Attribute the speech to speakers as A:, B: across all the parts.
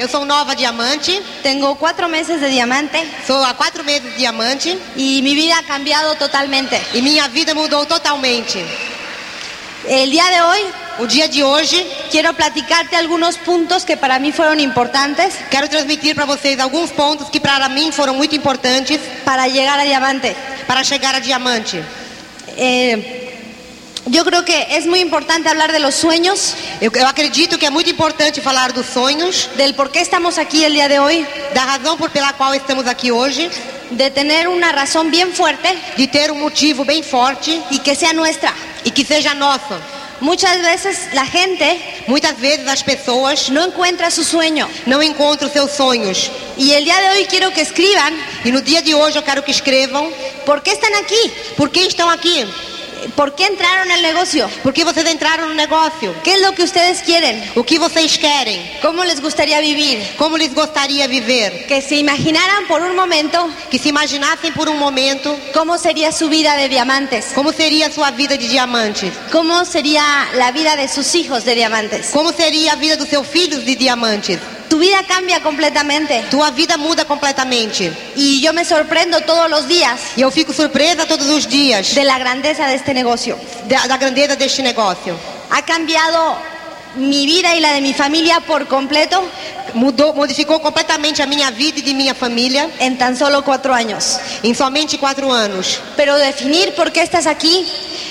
A: Eu sou nova diamante,
B: Tengo cuatro meses de diamante
A: sou há quatro meses diamante
B: y mi vida ha cambiado totalmente.
A: e minha vida mudou totalmente.
B: El día de hoy
A: O dia de hoje,
B: quiero platicarte algunos puntos que para mí fueron importantes
A: quero transmitir para vocês alguns pontos que para mim foram muito importantes
B: para llegar a diamante.
A: para chegar a diamante.
B: Eh, yo creo que es muy importante hablar de los sueños,
A: Eu, eu acredito que é muito importante falar dos sonhos,
B: del por qué estamos aquí el día de hoy,
A: da razão por pela qual estamos aqui hoje,
B: de tener una razón bien fuerte
A: de ter um motivo bem forte
B: y que sea nuestra.
A: e que seja nosso.
B: Muchas veces la gente
A: Muitas vezes as pessoas
B: no encuentra su sueño
A: não encontram seus sonhos.
B: y el día de hoy quiero que escriban
A: E no dia de hoje eu quero que escrevam
B: por qué están aquí,
A: por que estão aqui,
B: por qué entraron al negocio,
A: por que vocês entraram no negócio,
B: qué es lo que ustedes quieren,
A: o que vocês querem,
B: cómo les gustaría vivir,
A: como lhes gostaria viver.
B: que se imaginaran por un momento
A: Que se imaginassem por um momento
B: cómo sería su vida de diamantes,
A: como seria a sua vida de diamantes,
B: cómo sería la vida de sus hijos de diamantes.
A: como seria a vida dos seus filhos de diamantes.
B: Tu vida cambia completamente
A: Tua vida muda completamente.
B: y yo me sorprendo todos los días
A: E eu fico surpresa todos os dias
B: de la grandeza de este negocio.
A: da, da grandeza deste negócio.
B: Ha cambiado mi vida y la de mi familia por completo
A: Mudou, modificou completamente a minha vida e de minha família
B: en tan solo cuatro años.
A: em somente quatro anos.
B: Pero definir por qué estás aquí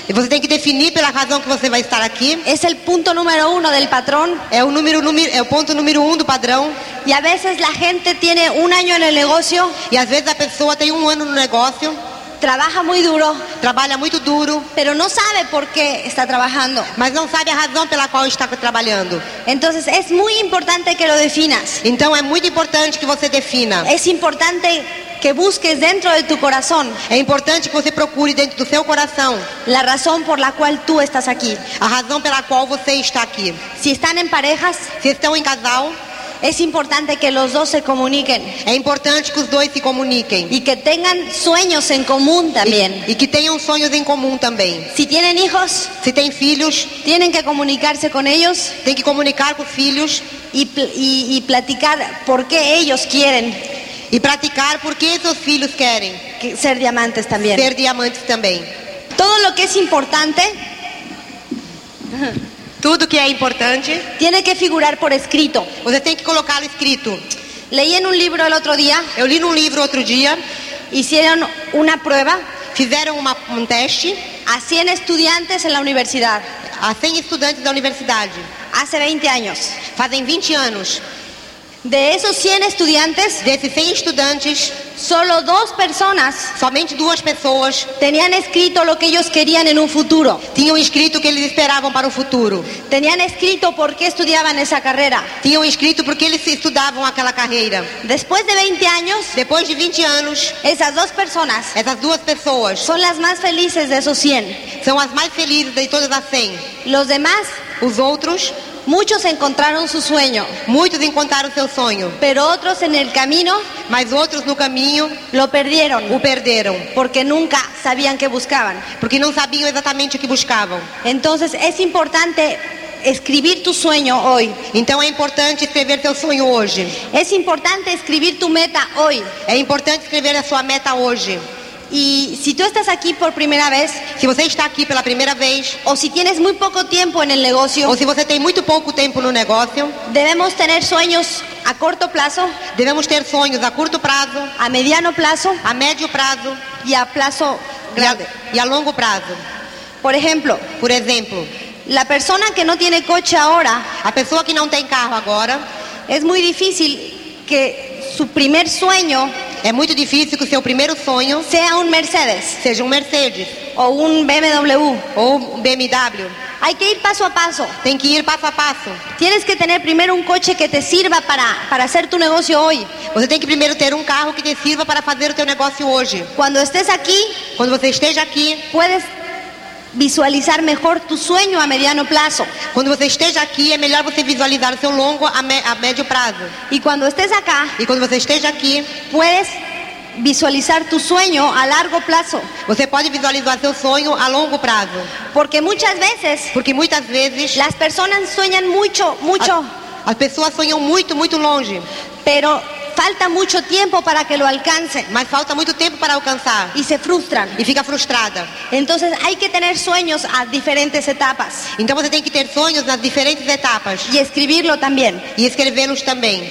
A: E você tem que definir pela razão que você vai estar aqui.
B: es el punto número uno del patrón
A: É o número, número é o ponto número um do padrão.
B: y a veces la gente tiene un año en el negocio,
A: E às vezes a pessoa tem um ano no negócio,
B: trabaja muy duro,
A: trabalha muito duro,
B: pero no sabe por qué está trabajando.
A: mas não sabe a razão pela qual está trabalhando.
B: Entonces es muy importante que lo definas.
A: Então é muito importante que você defina.
B: Es importante que busques dentro de tu corazón
A: É importante que você procure dentro do seu coração
B: la razón por la cual tú estás aquí.
A: a razão pela qual você está aqui.
B: Si están en parejas,
A: Se estão em casal,
B: es importante que los dos se comuniquen
A: é importante que os dois se comuniquem
B: y que tengan sueños en común también.
A: e, e que tenham sonhos em comum também.
B: Si tienen hijos,
A: Se tem filhos,
B: tienen que comunicarse con ellos
A: tem que comunicar com os filhos
B: y, pl- y- y platicar por qué ellos quieren
A: e praticar porque seus filhos querem
B: que- ser diamantes también.
A: ser diamantes também.
B: Todo lo que es importante
A: Tudo que é importante,
B: tiene que figurar por escrito.
A: você tem que colocá-lo escrito.
B: Leí en un libro el otro día,
A: Eu li num livro outro dia,
B: hicieron una prueba
A: fizeram uma- um teste
B: a 100 estudiantes en la universidad
A: a 100 estudantes da universidade,
B: hace 20 años.
A: fazem 20 anos.
B: De esos 100 estudiantes,
A: Desses 100 estudantes,
B: solo dos personas
A: somente duas pessoas
B: tenían escrito lo que ellos querían en un futuro.
A: tinham escrito o que eles esperavam para o futuro.
B: Tenían escrito por qué estudiaban esa carrera.
A: Tinham escrito porque eles estudavam aquela carreira.
B: Después de 20 años,
A: Depois de 20 anos,
B: esas dos personas
A: essas duas pessoas
B: son las más felices de esos 100.
A: são as mais felizes de todas as 100.
B: Los demás,
A: Os outros,
B: muchos encontraron su sueño,
A: muitos encontraram seu sonho,
B: pero otros en el camino
A: mas outros no caminho
B: lo
A: o
B: perdieron
A: perderam,
B: porque nunca sabían qué buscaban.
A: porque não sabiam exatamente o que buscavam.
B: Entonces es importante escribir tu sueño hoy.
A: Então é importante escrever seu sonho hoje.
B: Es importante escribir tu meta hoy.
A: É importante escrever a sua meta hoje.
B: Y si tú estás aquí por primera vez
A: Se você está aqui pela primeira vez,
B: o si tienes muy poco tiempo en el
A: ou
B: negocio,
A: se você tem muito pouco tempo no negócio,
B: debemos tener sueños a corto plazo,
A: devemos ter sonhos a curto prazo,
B: a mediano plazo
A: a médio prazo
B: y a plazo
A: e a,
B: grande.
A: e a longo prazo.
B: Por ejemplo,
A: Por exemplo,
B: la persona que no tiene coche ahora
A: a pessoa que não tem carro agora,
B: es muy difícil que su primer sueño
A: é muito difícil que o seu primeiro sonho
B: sea un Mercedes
A: seja um Mercedes
B: o un BMW.
A: ou um BMW.
B: Hay que ir paso a paso.
A: Tem que ir passo a passo.
B: Tienes que tener primero un coche que te sirva para, para hacer tu negocio hoy.
A: Você tem que primeiro ter um carro que te sirva para fazer o teu negócio hoje.
B: Cuando estés aquí,
A: Quando você esteja aqui,
B: puedes visualizar mejor tu sueño a mediano plazo.
A: Quando você esteja aqui, é melhor você visualizar o seu longo a, mé- a médio prazo.
B: Y cuando estés acá,
A: E quando você esteja aqui,
B: puedes visualizar tu sueño a largo plazo.
A: você pode visualizar seu sonho a longo prazo.
B: Porque muchas veces
A: Porque muitas vezes
B: las personas sueñan mucho, mucho,
A: a- As pessoas sonham muito, muito longe,
B: pero falta mucho tiempo para que lo alcancen
A: mas falta muito tempo para alcançar
B: y se frustran.
A: e fica frustrada.
B: Entonces hay que tener sueños a diferentes etapas
A: Então você tem que ter sonhos nas diferentes etapas
B: y escribirlo también.
A: e escrevê-los também.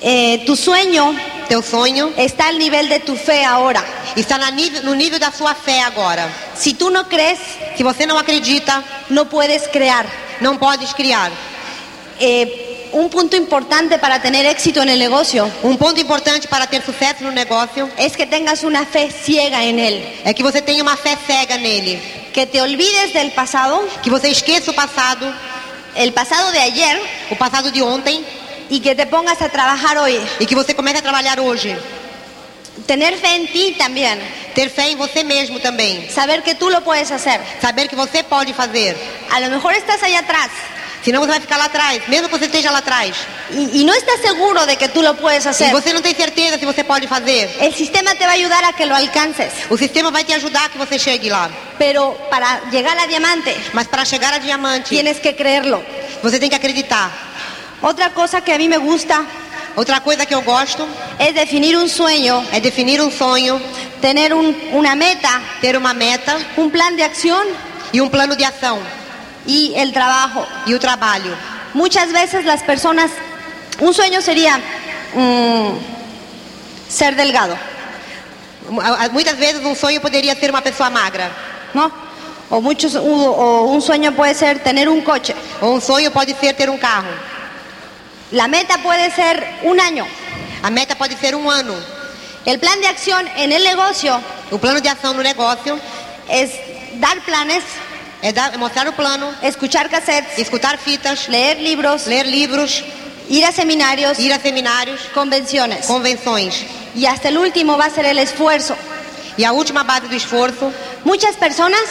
B: Eh, tu sueño
A: Teu sonho
B: está al nivel de tu fe ahora.
A: está na nível- no nível da sua fé agora.
B: Si tú no crees,
A: Se você não acredita,
B: no puedes crear.
A: não podes criar.
B: Eh, un punto importante para tener éxito en el negocio
A: Um ponto importante para ter sucesso no negócio
B: es que tengas una fe ciega en él,
A: é que você tenha uma fé cega nele,
B: que te olvides del pasado,
A: que você esqueça o passado,
B: el pasado de ayer,
A: o passado de ontem
B: y que te pongas a trabajar hoy.
A: e que você comece a trabalhar hoje.
B: Tener fe en ti también,
A: Ter fé em você mesmo também.
B: saber que tú lo puedes hacer.
A: Saber que você pode fazer.
B: A lo mejor estás allá atrás
A: Senão você vai ficar lá atrás, mesmo que você esteja lá atrás.
B: y, y no estás seguro de que tú lo puedes
A: Se
B: hacer.
A: você não tem certeza se você pode fazer,
B: El sistema te va a ayudar a que lo alcances,
A: o sistema vai te ajudar a que você chegue lá.
B: pero para llegar a diamante
A: Mas para chegar a diamante,
B: tienes que creerlo.
A: você tem que acreditar.
B: Otra cosa que a mí me gusta
A: Outra coisa que eu gosto
B: es definir un sueño,
A: é definir um sonho,
B: tener un- una meta,
A: ter uma meta
B: un plan de acción
A: e um plano de ação
B: y el trabajo.
A: e o trabalho.
B: Muchas veces las personas, un sueño sería mm, ser delgado,
A: Mu- a- a- Muitas vezes um sonho poderia ser uma pessoa magra,
B: ¿no? O, muchos, u- o un sueño puede ser tener un coche.
A: ou um sonho pode ser ter um carro.
B: La meta puede ser un año.
A: A meta pode ser um ano.
B: El plan de acción en el negocio
A: O plano de ação no negócio
B: es dar planes,
A: é, dar- é mostrar o plano,
B: escuchar cassettes,
A: escutar fitas,
B: leer libros,
A: ler livros,
B: ir a seminarios,
A: ir a seminários,
B: convenciones.
A: convenções.
B: Y hasta el último va a ser el esfuerzo.
A: E a última base do esforço,
B: Muchas personas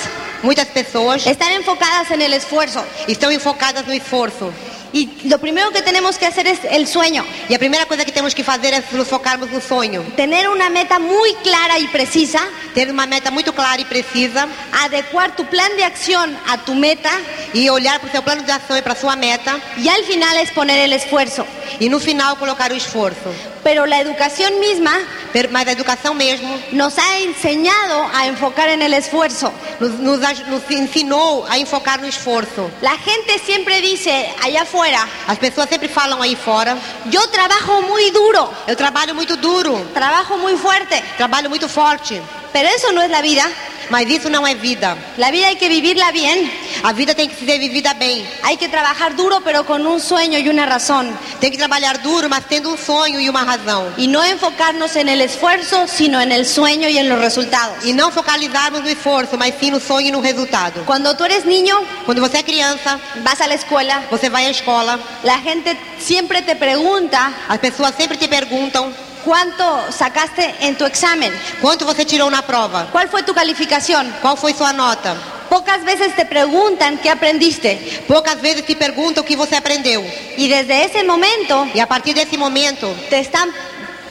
A: muitas pessoas
B: están enfocadas en el esfuerzo.
A: estão enfocadas no esforço.
B: Y lo primero que tenemos que hacer es el sueño.
A: E a primeira coisa que temos que fazer é nos focarmos no sonho.
B: Tener una meta muy clara y precisa,
A: Ter uma meta muito clara e precisa
B: adecuar tu plan de acción a tu meta
A: e olhar para o seu plano de ação e para a sua meta
B: y al final es poner el esfuerzo.
A: e no final colocar o esforço.
B: Pero la educación misma
A: Per- Mas a educação mesmo
B: nos ha enseñado a enfocar en el esfuerzo.
A: nos, nos aj- nos ensinou a enfocar no esforço.
B: La gente siempre dice allá afuera,
A: As pessoas sempre falam aí fora,
B: yo trabajo muy duro,
A: eu trabalho muito duro,
B: trabajo muy fuerte,
A: trabalho muito forte,
B: pero eso no es la vida.
A: mas isso não é vida.
B: La vida hay que vivirla bien,
A: A vida tem que ser vivida bem.
B: hay que trabajar duro pero con un sueño y una razón.
A: Tem que trabalhar duro, mas tendo um sonho e uma razão.
B: Y no enfocarnos en el esfuerzo, sino en el sueño y en los resultados.
A: E não focalizarmos no esforço, mas sim no sonho e no resultado.
B: Cuando tú eres niño,
A: Quando você é criança,
B: vas a la escuela,
A: você vai à escola,
B: la gente siempre te pregunta
A: as pessoas sempre te perguntam
B: cuánto sacaste en tu examen,
A: quanto você tirou na prova,
B: cuál fue tu calificación.
A: qual foi sua nota.
B: Pocas veces te preguntan qué aprendiste.
A: Poucas vezes te perguntam o que você aprendeu.
B: Y desde ese momento
A: E a partir desse momento,
B: te están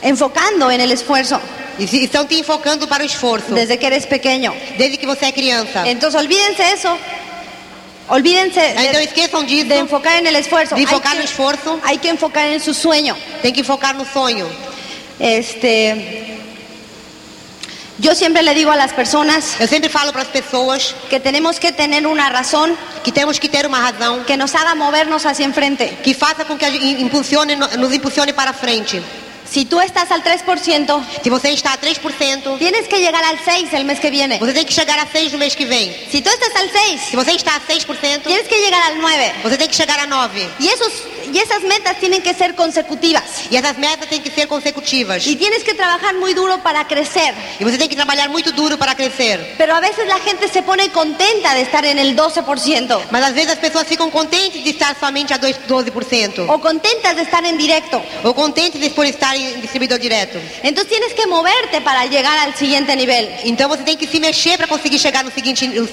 B: enfocando en el esfuerzo
A: e se- estão te enfocando para o esforço,
B: desde que eres pequeño.
A: desde que você é criança.
B: Entonces olvídense eso. Olvídense
A: Então
B: de,
A: esqueçam disso,
B: de enfocar en el esfuerzo.
A: de
B: Hay
A: enfocar no
B: que,
A: esforço,
B: hay que enfocar en su sueño.
A: tem que focar no sonho.
B: Este, yo siempre le digo a las personas
A: Eu sempre falo para as pessoas
B: que tenemos que tener una razón
A: que temos que ter uma razão
B: que nos haga movernos hacia enfrente.
A: que faça com que a gente impulsione, nos impulsione para frente.
B: Si tú estás al 3%,
A: Se você está a 3%,
B: tienes que llegar al 6 el mes que viene.
A: você tem que chegar a 6% no mês que vem.
B: Si tú estás al 6,
A: Se você está a 6%,
B: tienes que llegar al 9.
A: você tem que chegar a 9%.
B: Y, esos, y esas metas tienen que ser consecutivas.
A: E essas metas têm que ser consecutivas.
B: Y tienes que trabajar muy duro para crecer.
A: E você tem que trabalhar muito duro para crescer.
B: Pero a veces la gente se pone contenta de estar en el 12%
A: Mas às vezes as pessoas ficam contentes de estar somente a dois- 12%.
B: o contentas de estar en directo.
A: Ou contentes de por estar em distribuidor direto.
B: Entonces tienes que moverte para llegar al siguiente nivel.
A: Então você tem que se mexer para conseguir chegar no, seguinte, no,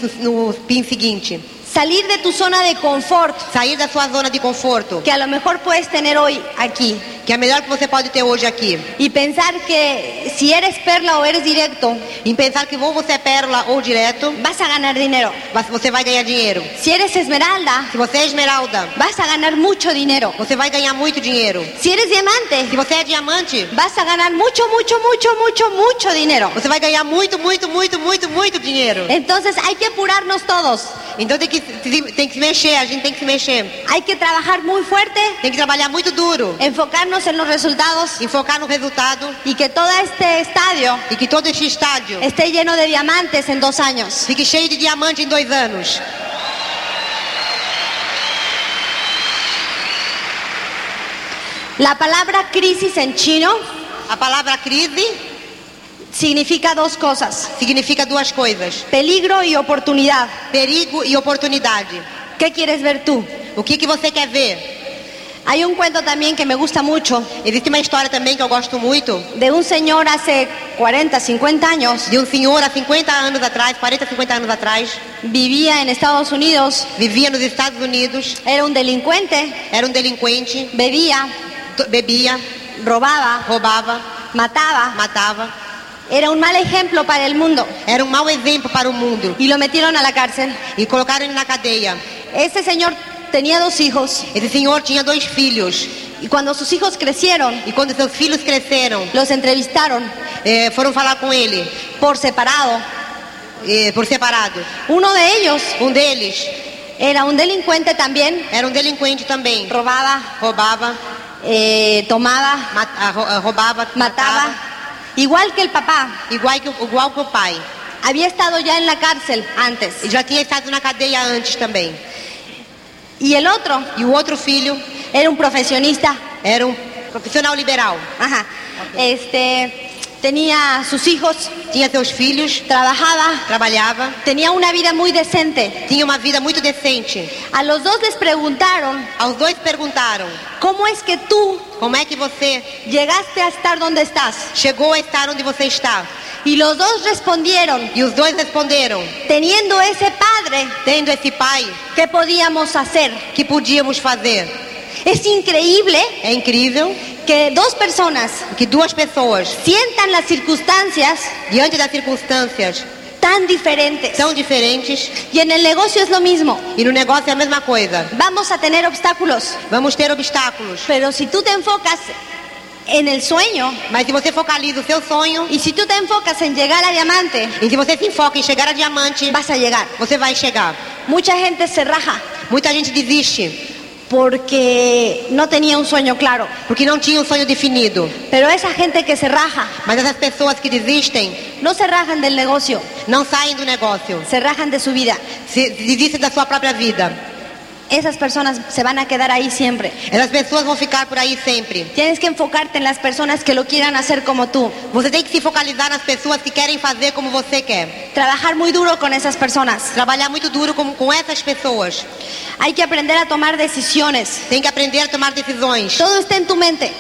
A: no pin seguinte.
B: Salir de tu zona de confort
A: Sair da sua zona de conforto.
B: que a lo mejor puedes tener hoy aquí.
A: que é a melhor que você pode ter hoje aqui.
B: Y pensar que si eres perla o eres directo,
A: Em pensar que ou você é pérola ou direto,
B: vas a ganar dinero.
A: mas você vai ganhar dinheiro.
B: Si eres esmeralda,
A: Se você é esmeralda,
B: vas a ganar mucho dinero.
A: você vai ganhar muito dinheiro.
B: Si eres
A: Se
B: diamante,
A: você é diamante,
B: vas a ganar mucho, mucho, mucho, mucho, mucho dinero.
A: você vai ganhar muito, muito, muito, muito, muito dinheiro.
B: Entonces hay que apurarnos todos.
A: Então tem que, se- tem que se mexer, a gente tem que se mexer.
B: Hay que trabajar muy fuerte,
A: Tem que trabalhar muito duro,
B: enfocarnos en los resultados
A: enfocar no resultado
B: y que todo este estadio
A: e que todo este estádio
B: esté lleno de diamantes en dos años.
A: fique cheio de diamante em dois anos.
B: La palabra crisis en chino
A: A palavra crise
B: significa dos cosas,
A: significa duas coisas:
B: peligro y oportunidad.
A: perigo e oportunidade.
B: ¿Qué quieres ver tú?
A: O que, que você quer ver?
B: Hay un cuento también que me gusta mucho
A: Existe uma história também que eu gosto muito
B: de un señor hace 40, 50 años,
A: de um senhor há 50 anos atrás, 40, 50 anos atrás,
B: vivía en Estados Unidos,
A: vivia nos Estados Unidos,
B: era un delincuente,
A: era um delinquente,
B: bebía,
A: to- bebia,
B: robaba,
A: roubava,
B: mataba,
A: matava.
B: era un mal ejemplo para el mundo
A: Era um mau exemplo para o mundo
B: y lo metieron a la cárcel.
A: e colocaram ele na cadeia.
B: Ese señor tenía dos hijos
A: Esse senhor tinha dois filhos
B: y cuando sus hijos crecieron,
A: e quando seus filhos cresceram,
B: los entrevistaron
A: eh, foram falar com ele
B: por separado.
A: eh, por separado.
B: Uno de ellos
A: Um deles
B: era un delincuente también,
A: era um delinquente também.
B: robaba,
A: Roubava,
B: eh, tomaba,
A: ma- ah, rou- ah, roubava,
B: mataba, igual que el papá.
A: Igual que, o- igual que o pai.
B: Había estado ya en la cárcel antes.
A: E já tinha estado na cadeia antes também.
B: Y el otro
A: E o outro filho
B: era un profesionista.
A: era um profissional liberal.
B: Ajá. Este tenía sus hijos,
A: Tinha seus filhos,
B: trabajaba,
A: trabalhava,
B: tenía una vida muy decente.
A: tinha uma vida muito decente.
B: A los dos les preguntaron,
A: Aos dois perguntaram:
B: ¿cómo es que tú
A: como é que você
B: llegaste a estar donde estás?
A: chegou a estar onde você está?
B: Y los dos respondieron,
A: E os dois responderam:
B: teniendo ese padre,
A: tendo esse pai,
B: ¿qué podíamos hacer?
A: que podíamos fazer?
B: Es increíble
A: É incrível
B: que dos personas
A: que duas pessoas,
B: sientan las circunstancias
A: diante das circunstâncias
B: tan diferentes.
A: tão diferentes,
B: Y en el negocio es lo mismo.
A: e no negócio é a mesma coisa.
B: Vamos a tener obstáculos,
A: Vamos ter obstáculos.
B: pero si tú te enfocas en el sueño
A: Mas se você focaliza o seu sonho
B: y si tú te enfocas en llegar a diamante,
A: e se você se enfoca em chegar a diamante,
B: vas a llegar.
A: você vai chegar.
B: Mucha gente se raja
A: Muita gente desiste
B: porque no tenía un sueño claro,
A: porque não tinha um sonho definido.
B: pero esa gente que se raja
A: Mas essas pessoas que desistem
B: no se rajan del negocio,
A: não saem do negócio,
B: se rajan de su vida.
A: se desistem da sua própria vida.
B: Esas personas se van a quedar ahí siempre.
A: Essas pessoas vão ficar por aí sempre.
B: Tienes que enfocarte en las personas que lo quieran hacer como tú.
A: Você tem que se focalizar nas pessoas que querem fazer como você quer.
B: Trabajar muy duro con esas personas.
A: Trabalhar muito duro com, com essas pessoas.
B: Hay que aprender a tomar decisiones.
A: Tem que aprender a tomar decisões.
B: Todo está en tu mente.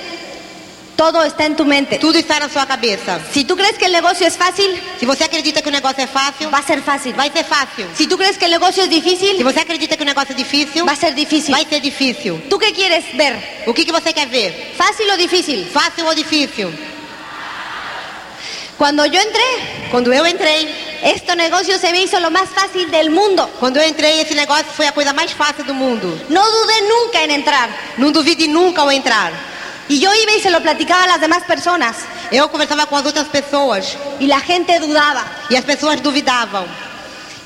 B: Todo está en tu mente.
A: Tudo está na sua cabeça.
B: Si tú crees que el negocio es fácil,
A: Se você acredita que o negócio é fácil,
B: va a ser fácil.
A: vai ser fácil.
B: Si tú crees que el negocio es
A: Se
B: difícil,
A: você acredita que o negócio é difícil,
B: va a ser difícil.
A: vai ser difícil.
B: ¿Tú qué quieres ver?
A: O que, que você quer ver?
B: ¿Fácil o difícil?
A: Fácil ou difícil?
B: Cuando yo entré,
A: Quando eu entrei,
B: este negocio se me hizo lo más fácil del mundo.
A: quando eu entrei, esse negócio foi a coisa mais fácil do mundo.
B: No dudé nunca en entrar.
A: Não duvide nunca ao entrar.
B: Y yo iba y se lo platicaba a las demás personas.
A: Eu conversava com as outras pessoas
B: Y la gente dudaba.
A: e as pessoas duvidavam.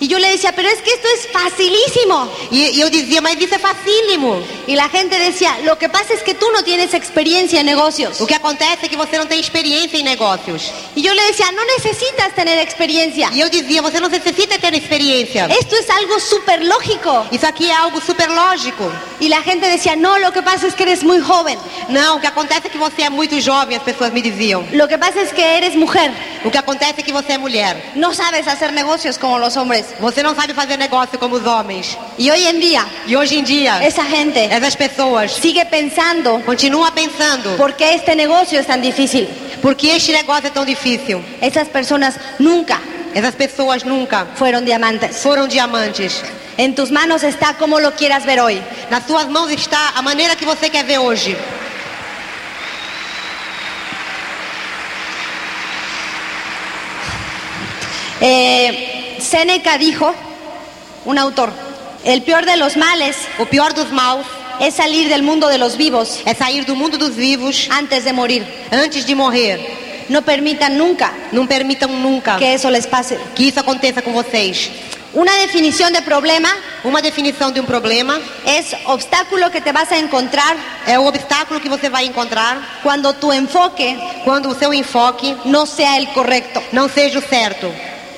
B: Y yo le decía, pero es que esto es facilísimo.
A: E, e eu dizia, mas isso é facílimo.
B: Y la gente decía, lo que pasa es que tú no tienes experiencia en negocios.
A: O que acontece é que você não tem experiência em negócios.
B: Y yo le decía, no necesitas tener experiencia.
A: E eu dizia, você não necessita ter experiência.
B: Esto es algo súper lógico.
A: Isso aqui é algo super lógico.
B: Y la gente decía, no, lo que pasa es que eres muy joven.
A: Não, o que acontece é que você é muito jovem, as pessoas me diziam.
B: Lo que pasa es que eres mujer.
A: O que acontece é que você é mulher.
B: No sabes hacer negocios como los hombres.
A: Você não sabe fazer negócio como os homens.
B: Y hoy en día,
A: E hoje em dia,
B: esa gente
A: essas pessoas
B: sigue pensando
A: continuam pensando
B: por qué este negocio es tan difícil.
A: por que este negócio é tão difícil.
B: Esas personas nunca
A: Essas pessoas nunca
B: fueron diamantes.
A: foram diamantes.
B: En tus manos está cómo lo quieras ver hoy.
A: Nas suas mãos está a maneira que você quer ver hoje.
B: Eh, Séneca dijo, un autor, el peor de los males
A: O pior dos maus
B: es salir del mundo de los vivos
A: é sair do mundo dos vivos
B: antes de morir.
A: antes de morrer.
B: No permitan nunca
A: Não permitam nunca
B: que eso les pase.
A: que isso aconteça com vocês.
B: Una definición de problema
A: Uma definição de um problema
B: es obstáculo que te vas a encontrar
A: é o obstáculo que você vai encontrar
B: cuando tu enfoque
A: quando o seu enfoque
B: no sea el correcto.
A: não seja o certo.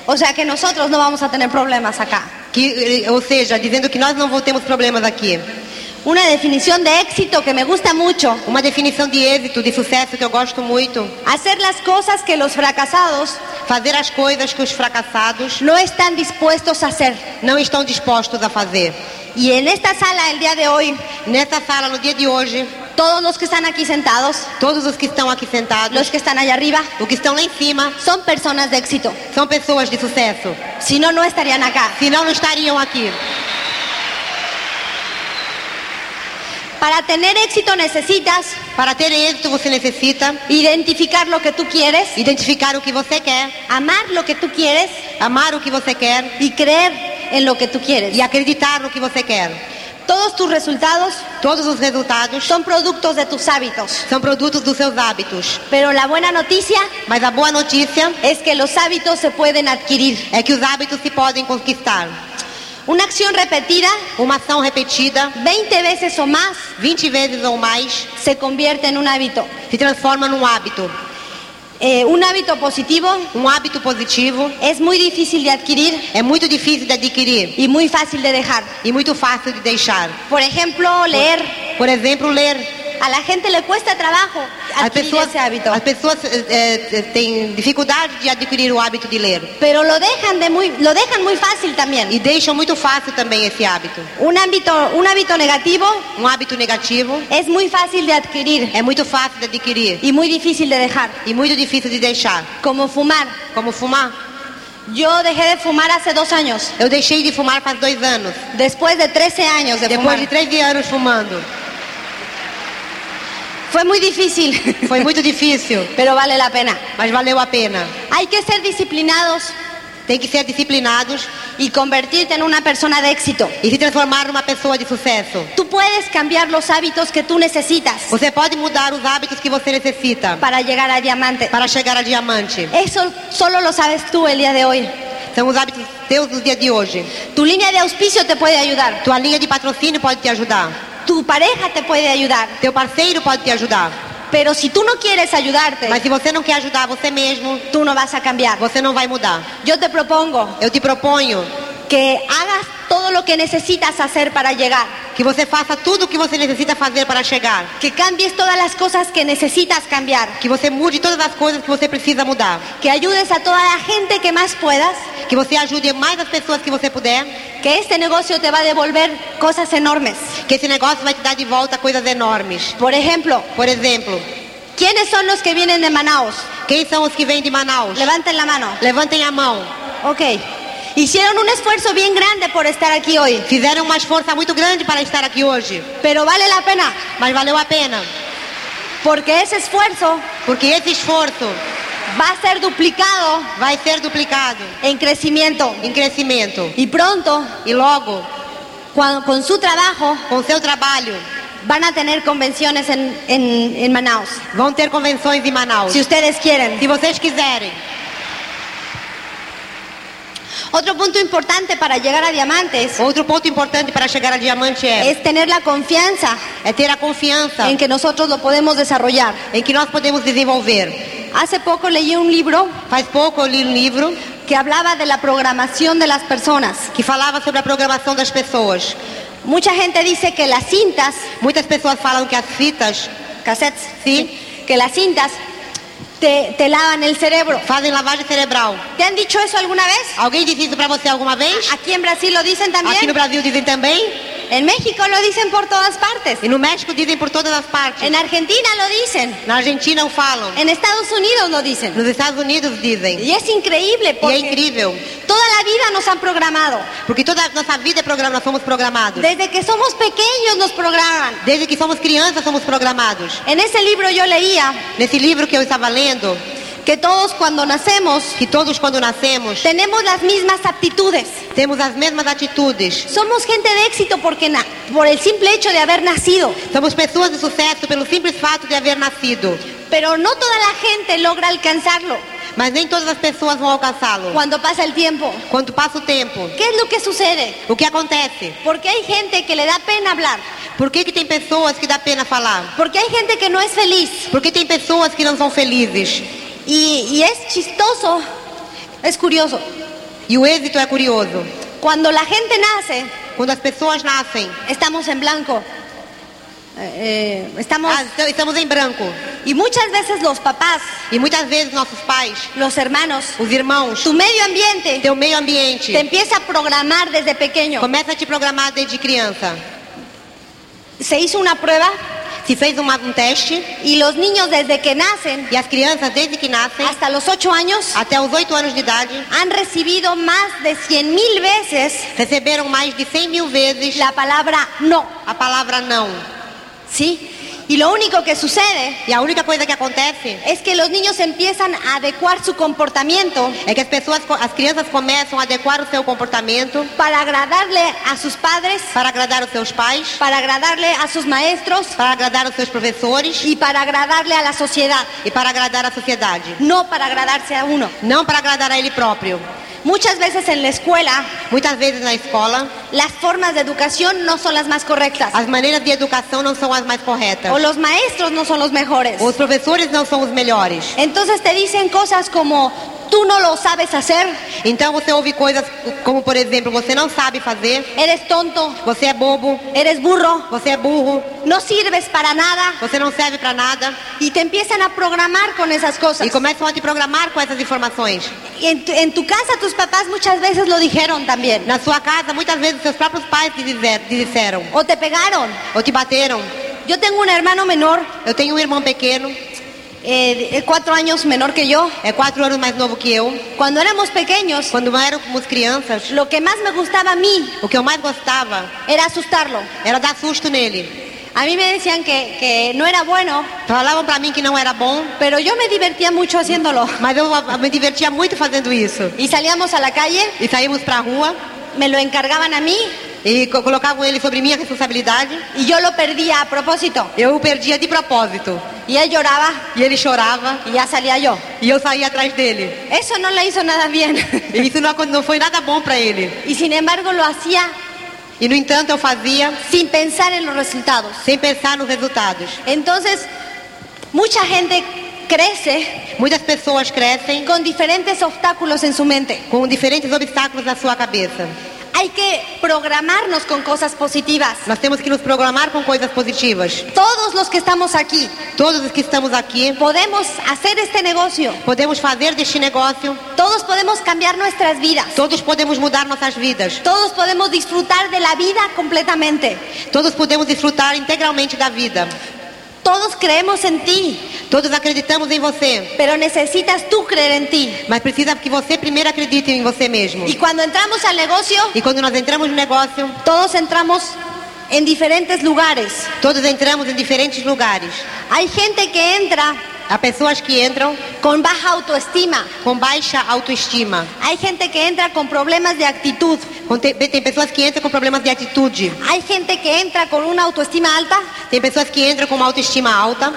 B: O sea que nosotros no vamos a tener problemas acá.
A: Que, eh, ou seja, dizendo que nós não vamos- temos problemas aqui.
B: Una definición de éxito que me gusta mucho.
A: Uma definição de êxito, de sucesso que eu gosto muito.
B: Hacer las cosas que los fracasados
A: Fazer as coisas que os fracassados
B: no están dispuestos a hacer.
A: não estão dispostos a fazer.
B: Y en esta sala el día de hoy,
A: Nessa sala, no dia de hoje,
B: todos los que están aquí sentados,
A: todos os que estão aqui sentados,
B: los que están allá arriba,
A: os que estão lá em cima,
B: son personas de éxito.
A: são pessoas de sucesso.
B: Si no, no estarían acá.
A: Senão não estariam aqui.
B: Para tener éxito necesitas
A: Para ter êxito, você necessita
B: identificar lo que tú quieres,
A: identificar o que você quer,
B: amar lo que tú quieres
A: amar o que você quer
B: y creer en lo que tú quieres.
A: e acreditar no que você quer.
B: Todos tus resultados
A: Todos os resultados
B: son productos de tus hábitos.
A: são produtos dos seus hábitos.
B: Pero la buena noticia
A: Mas a boa notícia
B: es que los hábitos se pueden adquirir.
A: é que os hábitos se podem conquistar.
B: Una acción repetida
A: Uma ação repetida
B: 20 veces o más
A: 20 vezes ou mais
B: se convierte en un hábito.
A: se transforma num hábito.
B: Eh, un hábito positivo
A: Um hábito positivo
B: es muy difícil de adquirir
A: é muito difícil de adquirir
B: y muy fácil de dejar.
A: e muito fácil de deixar.
B: Por ejemplo, leer.
A: Por exemplo, ler.
B: A la gente le cuesta trabajo
A: As
B: adquirir
A: pessoas,
B: ese hábito, então.
A: as pessoas eh, eh, têm dificuldade de adquirir o hábito de ler.
B: pero lo dejan de muy, lo dejan muy fácil también.
A: E deixam muito fácil também esse hábito.
B: Un hábito, un hábito negativo
A: Um hábito negativo
B: es muy fácil de adquirir
A: é muito fácil de adquirir
B: y muy difícil de dejar,
A: e muito difícil de deixar.
B: como fumar.
A: Como fumar.
B: Yo dejé de fumar hace dos años,
A: Eu deixei de fumar faz dois anos.
B: después de 13 años de
A: Depois de
B: fumar.
A: 13 anos fumando.
B: Fue muy difícil,
A: Foi muito difícil,
B: pero vale la pena.
A: mas valeu a pena.
B: Hay que ser disciplinados
A: Tem que ser disciplinados
B: y convertirte en una persona de éxito.
A: e se transformar numa pessoa de sucesso.
B: Tú puedes cambiar los hábitos que tú necesitas
A: Você pode mudar os hábitos que você necessita
B: para llegar a diamante.
A: para chegar a diamante. Então,
B: Eso solo lo sabes tú el día de hoy.
A: São os hábitos teus do dia de hoje.
B: Tu línea de auspicio te puede ayudar.
A: Tua linha de patrocínio pode te ajudar.
B: Tu pareja te puede ayudar.
A: Teu parceiro pode te ajudar.
B: Pero si tú no quieres ayudarte,
A: Mas se você não quer ajudar você mesmo,
B: tú no vas a cambiar.
A: você não vai mudar.
B: Yo te propongo
A: Eu te proponho
B: que hagas todo lo que necesitas hacer para llegar.
A: que você faça tudo o que você necessita fazer para chegar.
B: Que cambies todas las cosas que necesitas cambiar.
A: Que você mude todas as coisas que você precisa mudar.
B: Que ayudes a toda la gente que más puedas.
A: Que você ajude mais as pessoas que você puder.
B: Que este negocio te va a devolver cosas enormes.
A: Que esse negócio vai te dar de volta coisas enormes.
B: Por ejemplo,
A: Por exemplo,
B: ¿quiénes son los que vienen de Manaos?
A: quem são os que vêm de Manaus?
B: Levanten la mano.
A: Levantem a mão.
B: Ok. Hicieron un esfuerzo bien grande por estar aquí hoy,
A: Fizeram uma força muito grande para estar aqui hoje.
B: pero vale la pena,
A: Mas valeu a pena.
B: porque ese esfuerzo
A: Porque esse esforço
B: va a ser duplicado
A: vai ser duplicado
B: en crecimiento.
A: em crescimento.
B: Y pronto,
A: E logo,
B: cuando- con su trabajo,
A: com seu trabalho,
B: van a tener convenciones en, en- en Manaus,
A: vão ter convenções em Manaus.
B: si ustedes quieren.
A: Se vocês quiserem.
B: Otro punto importante para llegar a diamantes
A: Outro ponto importante para chegar a diamante é,
B: es tener la confianza
A: é ter a confiança
B: en que nosotros lo podemos desarrollar.
A: em que nós podemos desenvolver.
B: Hace poco leí un libro
A: Faz pouco eu li um livro
B: que hablaba de la programación de las personas.
A: que falava sobre a programação das pessoas.
B: Mucha gente dice que las cintas
A: Muitas pessoas falam que as fitas
B: cassettes,
A: Sí.
B: que las cintas te, te lavan el cerebro.
A: fazem lavagem cerebral.
B: ¿Te han dicho eso alguna vez?
A: Alguém disse isso pra você alguma vez?
B: Aquí en Brasil lo dicen
A: Aqui no
B: también.
A: Brasil dizem também.
B: En México lo dicen por todas partes.
A: E no México dizem por todas as partes.
B: En Argentina lo dicen.
A: Na Argentina o falam.
B: En Estados Unidos lo dicen.
A: Nos Estados Unidos dizem.
B: Y es increíble
A: E é
B: porque
A: incrível.
B: toda la vida nos han programado.
A: Porque toda a nossa vida é programa, nós somos programados.
B: Desde que somos pequeños nos programan.
A: Desde que somos crianças somos programados.
B: En ese libro yo leía
A: Nesse livro que eu estava lendo,
B: que todos cuando nacemos
A: que todos quando nascemos
B: tenemos las mismas aptitudes.
A: temos as mesmas atitudes.
B: Somos gente de éxito porque na- por el simple hecho de haber nacido.
A: Somos pessoas de sucesso pelo simples fato de haver nascido,
B: Pero no toda la gente logra alcanzarlo
A: mas nem todas as pessoas vão alcançá-lo.
B: cuando pasa el tiempo.
A: Quando passa o tempo,
B: ¿Qué es lo que sucede?
A: o que acontece?
B: Porque hay gente que le da pena hablar.
A: Por que, que tem pessoas que dá pena falar?
B: Porque hay gente que no es feliz.
A: Por que tem pessoas que não são felizes?
B: Y, y es chistoso, es curioso.
A: E o êxito é curioso.
B: Cuando la gente nace,
A: Quando as pessoas nascem,
B: estamos en blanco. Eh, eh, estamos
A: ah, então estamos em branco.
B: y muchas veces los papás,
A: E muitas vezes nossos pais,
B: los hermanos,
A: os irmãos,
B: tu medio ambiente
A: teu meio ambiente
B: te empieza a programar desde pequeño.
A: começa a te programar desde criança.
B: Se hizo una prueba
A: Se fez uma- um teste
B: y los niños desde que nacen
A: e as crianças desde que nascem
B: hasta los 8 años
A: até os 8 anos de idade
B: han recibido más de 100 mil veces
A: receberam mais de 100 mil vezes
B: la palabra no,
A: a palavra não.
B: ¿sí? Y lo único que sucede
A: E a única coisa que acontece
B: es que los niños empiezan a adecuar su comportamiento
A: é que as pessoas, co- as crianças começam a adequar o seu comportamento
B: para agradarle a sus padres,
A: para agradar os seus pais,
B: para agradarle a sus maestros
A: para agradar os seus professores
B: y para agradarle a la sociedad,
A: e para agradar a sociedade.
B: no para agradarse a uno.
A: Não para agradar a ele próprio.
B: Muchas veces en la escuela
A: Muitas vezes na escola,
B: las formas de educación no son las más correctas
A: as maneiras de educação não são as mais corretas.
B: o los maestros no son los mejores.
A: Os professores não são os melhores.
B: Entonces te dicen cosas como tú no lo sabes hacer,
A: Então você ouve coisas como, por exemplo, você não sabe fazer,
B: eres tonto,
A: você é bobo,
B: eres burro,
A: você é burro,
B: no sirves para nada
A: você não serve para nada.
B: y te empiezan a programar con esas cosas.
A: E começam a te programar com essas informações.
B: Y en tu, en tu casa tus papás muchas veces lo dijeron también.
A: Na sua casa, muitas vezes seus próprios pais te dizer- te disseram
B: O te pegaron.
A: ou te bateram.
B: Yo tengo un hermano menor,
A: Eu tenho um irmão pequeno,
B: eh, de- cuatro años menor que yo.
A: é quatro anos mais novo que eu.
B: Cuando éramos pequeños,
A: Quando éramos crianças,
B: lo que más me gustaba a mí
A: o que eu mais gostava
B: era asustarlo.
A: era dar susto nele.
B: A mí me decían que, que no era bueno,
A: Falavam pra mim que não era bom,
B: pero yo me divertía mucho haciéndolo.
A: mas eu a- me divertia muito fazendo isso.
B: Y salíamos a la calle,
A: E saímos pra rua
B: me lo encargaban a mí
A: e co- colocavam ele sobre minha responsabilidade.
B: y yo lo perdía a propósito.
A: Eu o perdia de propósito.
B: Y él lloraba
A: E ele chorava
B: y ya salía yo.
A: e eu saía atrás dele.
B: Eso no le hizo nada bien.
A: E isso não, acon- não foi nada bom pra ele.
B: Y sin embargo lo hacía
A: E no entanto eu fazia
B: sin pensar en los resultados.
A: sem pensar nos resultados.
B: Entonces, mucha gente crece
A: Muitas pessoas crescem
B: con diferentes obstáculos en su mente.
A: com diferentes obstáculos na sua cabeça.
B: Hay que programarnos con cosas positivas.
A: Nós temos que nos programar com coisas positivas.
B: Todos los que estamos aquí
A: Todos os que estamos aqui
B: podemos hacer este negocio.
A: podemos fazer deste negócio,
B: Todos podemos cambiar nuestras vidas.
A: todos podemos mudar nossas vidas,
B: Todos podemos disfrutar de la vida completamente.
A: todos podemos desfrutar integralmente da vida.
B: Todos creemos en ti,
A: Todos acreditamos em você,
B: pero necesitas tú creer en ti.
A: mas precisa que você primeiro acredite em você mesmo.
B: Y cuando entramos al negocio,
A: E quando nós entramos no negócio,
B: todos entramos en diferentes lugares.
A: todos entramos em diferentes lugares.
B: Hay gente que entra
A: Há pessoas que entram
B: con baja autoestima.
A: com baixa autoestima.
B: Hay gente que entra con problemas de actitud.
A: Com te- Tem pessoas que entram com problemas de atitude.
B: Hay gente que entra con una autoestima alta,
A: Tem pessoas que entram com uma autoestima alta,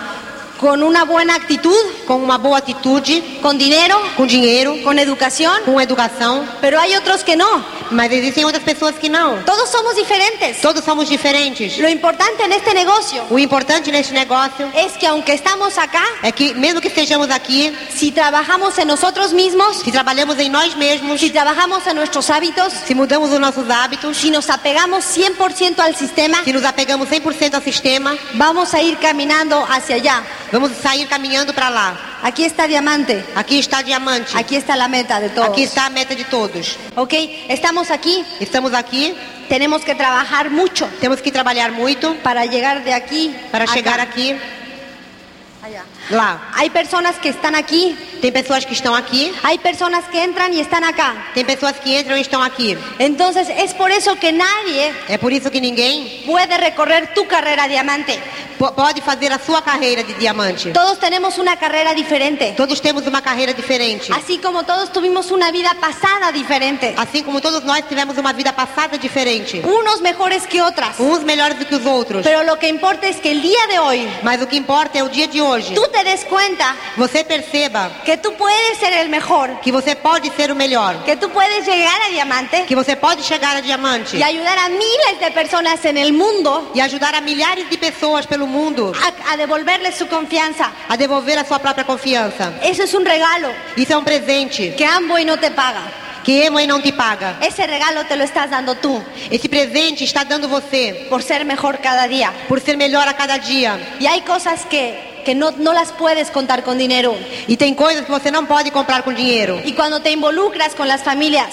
B: con una buena actitud,
A: com uma boa atitude,
B: con dinero,
A: com dinheiro,
B: con educación,
A: com educação,
B: pero hay otros que no.
A: mas existem outras pessoas que não.
B: Todos somos diferentes.
A: Todos somos diferentes.
B: Lo importante en este negocio
A: O importante neste negócio
B: es que aunque estamos acá,
A: é que, mesmo que estejamos aqui,
B: si trabajamos en nosotros mismos,
A: se trabalhamos em nós mesmos,
B: si trabajamos en nuestros hábitos,
A: se mudamos os nossos hábitos,
B: si nos apegamos 100% al sistema,
A: se nos apegamos 100% ao sistema,
B: vamos a ir caminando hacia allá.
A: vamos sair caminhando para lá.
B: Aquí está Diamante,
A: Aquí está diamante.
B: aquí está la meta de todos.
A: Aqui está a meta de todos.
B: Ok, estamos aquí,
A: Estamos aqui,
B: tenemos que trabajar mucho
A: temos que trabalhar muito
B: para llegar de aquí
A: para
B: acá,
A: chegar aqui,
B: allá.
A: lá.
B: Hay personas que están aquí,
A: Tem pessoas que estão aqui,
B: hay personas que entran y están acá.
A: tem pessoas que entram e estão aqui.
B: Entonces es por eso que nadie
A: É por isso que ninguém
B: puede recorrer tu carrera diamante,
A: po- pode fazer a sua carreira de diamante.
B: Todos tenemos una carrera diferente.
A: Todos temos uma carreira diferente.
B: Así como todos tuvimos una vida pasada diferente.
A: Assim como todos nós tivemos uma vida passada diferente.
B: Unos mejores que otras.
A: Uns melhores do que os outros.
B: Pero lo que importa es que el día de hoy
A: Mas o que importa é o dia de hoje.
B: tú te des cuenta
A: Você perceba
B: que tú puedes ser el mejor,
A: que você pode ser o melhor.
B: que tú puedes llegar a diamante
A: Que você pode chegar a diamante.
B: y ayudar a miles de personas en el mundo
A: E ajudar a milhares de pessoas pelo mundo
B: a, a devolverles su confianza.
A: a devolver a sua própria confiança.
B: Eso es un regalo
A: Isso é um presente
B: que Amboy no te paga.
A: que Emma não te paga.
B: Ese regalo te lo estás dando tú
A: Esse presente está dando você
B: por ser mejor cada día.
A: por ser melhor a cada dia.
B: Y hay cosas que, que no, no las puedes contar con dinero.
A: E tem coisas que você não pode comprar com dinheiro. Ah,
B: Y cuando te involucras con las familias,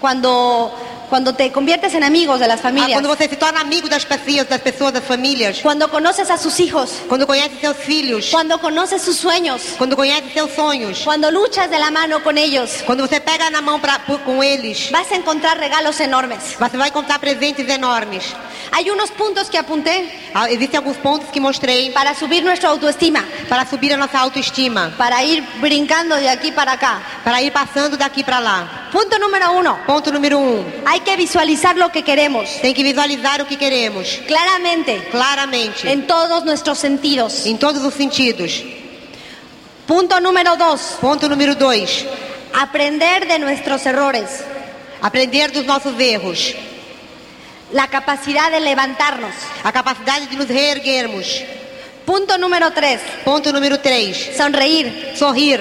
B: cuando, cuando te conviertes en amigos de las
A: Ah,
B: familias,
A: quando você se torna amigo das pessoas, das pessoas, das famílias,
B: cuando conoces a sus hijos,
A: quando conhece seus filhos,
B: cuando conoces sus sueños,
A: quando conhece seus sonhos,
B: cuando luchas de la mano con ellos,
A: quando você pega na mão pra, por- com eles,
B: vas a encontrar regalos enormes.
A: você vai comprar presentes enormes.
B: Hay unos puntos que apunté
A: Ah, Existem alguns pontos que mostrei
B: para subir nuestra autoestima,
A: para subir a nossa autoestima,
B: para ir brincando de aquí para acá.
A: para ir passando daqui para lá.
B: Punto número uno,
A: Ponto número um,
B: hay que visualizar lo que queremos
A: tem que visualizar o que queremos,
B: claramente,
A: claramente,
B: en todos nuestros sentidos.
A: em todos os sentidos.
B: Punto número dos,
A: Ponto número dois,
B: aprender de nuestros errores.
A: aprender dos nossos erros,
B: la capacidad de levantarnos.
A: a capacidade de nos reerguermos.
B: Punto número tres,
A: Ponto número três,
B: sonreír,
A: sorrir,